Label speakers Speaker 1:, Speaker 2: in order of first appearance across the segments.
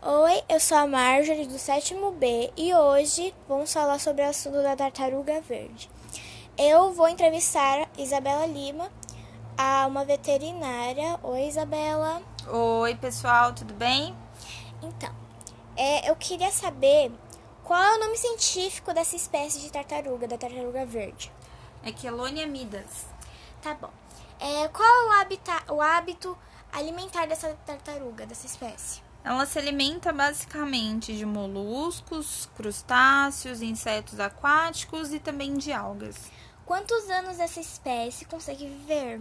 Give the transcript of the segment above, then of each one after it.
Speaker 1: Oi, eu sou a Marjorie do sétimo B e hoje vamos falar sobre o assunto da tartaruga verde. Eu vou entrevistar Isabela Lima, a uma veterinária. Oi, Isabela.
Speaker 2: Oi, pessoal, tudo bem?
Speaker 1: Então, é, eu queria saber qual é o nome científico dessa espécie de tartaruga, da tartaruga verde.
Speaker 2: É Quelônia midas.
Speaker 1: Tá bom. É, qual é o, habita- o hábito alimentar dessa tartaruga, dessa espécie?
Speaker 2: Ela se alimenta basicamente de moluscos, crustáceos, insetos aquáticos e também de algas.
Speaker 1: Quantos anos essa espécie consegue viver?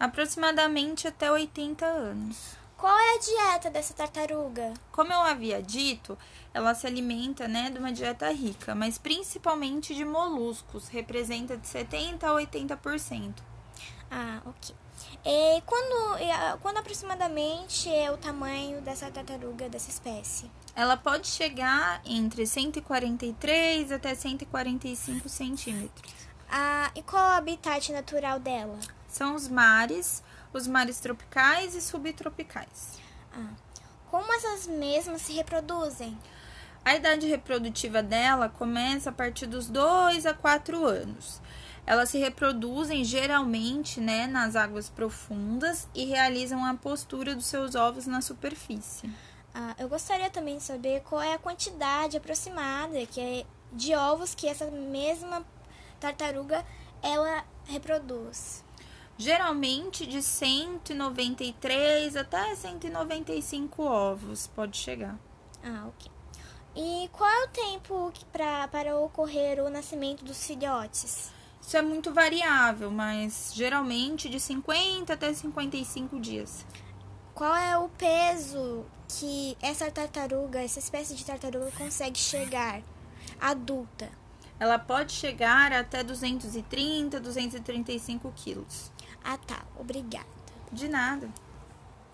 Speaker 2: Aproximadamente até 80 anos.
Speaker 1: Qual é a dieta dessa tartaruga?
Speaker 2: Como eu havia dito, ela se alimenta né, de uma dieta rica, mas principalmente de moluscos, representa de 70% a 80%.
Speaker 1: Ah, ok. E quando, e a- quando aproximadamente é o tamanho dessa tartaruga, dessa espécie?
Speaker 2: Ela pode chegar entre 143 até 145 centímetros.
Speaker 1: Ah, e qual é o habitat natural dela?
Speaker 2: são os mares, os mares tropicais e subtropicais.
Speaker 1: Ah, como essas mesmas se reproduzem?
Speaker 2: A idade reprodutiva dela começa a partir dos 2 a 4 anos. Elas se reproduzem geralmente né, nas águas profundas e realizam a postura dos seus ovos na superfície.
Speaker 1: Ah, eu gostaria também de saber qual é a quantidade aproximada que é de ovos que essa mesma tartaruga ela reproduz.
Speaker 2: Geralmente de 193 até 195 ovos pode chegar.
Speaker 1: Ah, ok. E qual é o tempo que pra, para ocorrer o nascimento dos filhotes?
Speaker 2: Isso é muito variável, mas geralmente de 50 até 55 dias.
Speaker 1: Qual é o peso que essa tartaruga, essa espécie de tartaruga consegue chegar adulta?
Speaker 2: Ela pode chegar até 230, 235 quilos.
Speaker 1: Ah, tá. Obrigada.
Speaker 2: De nada.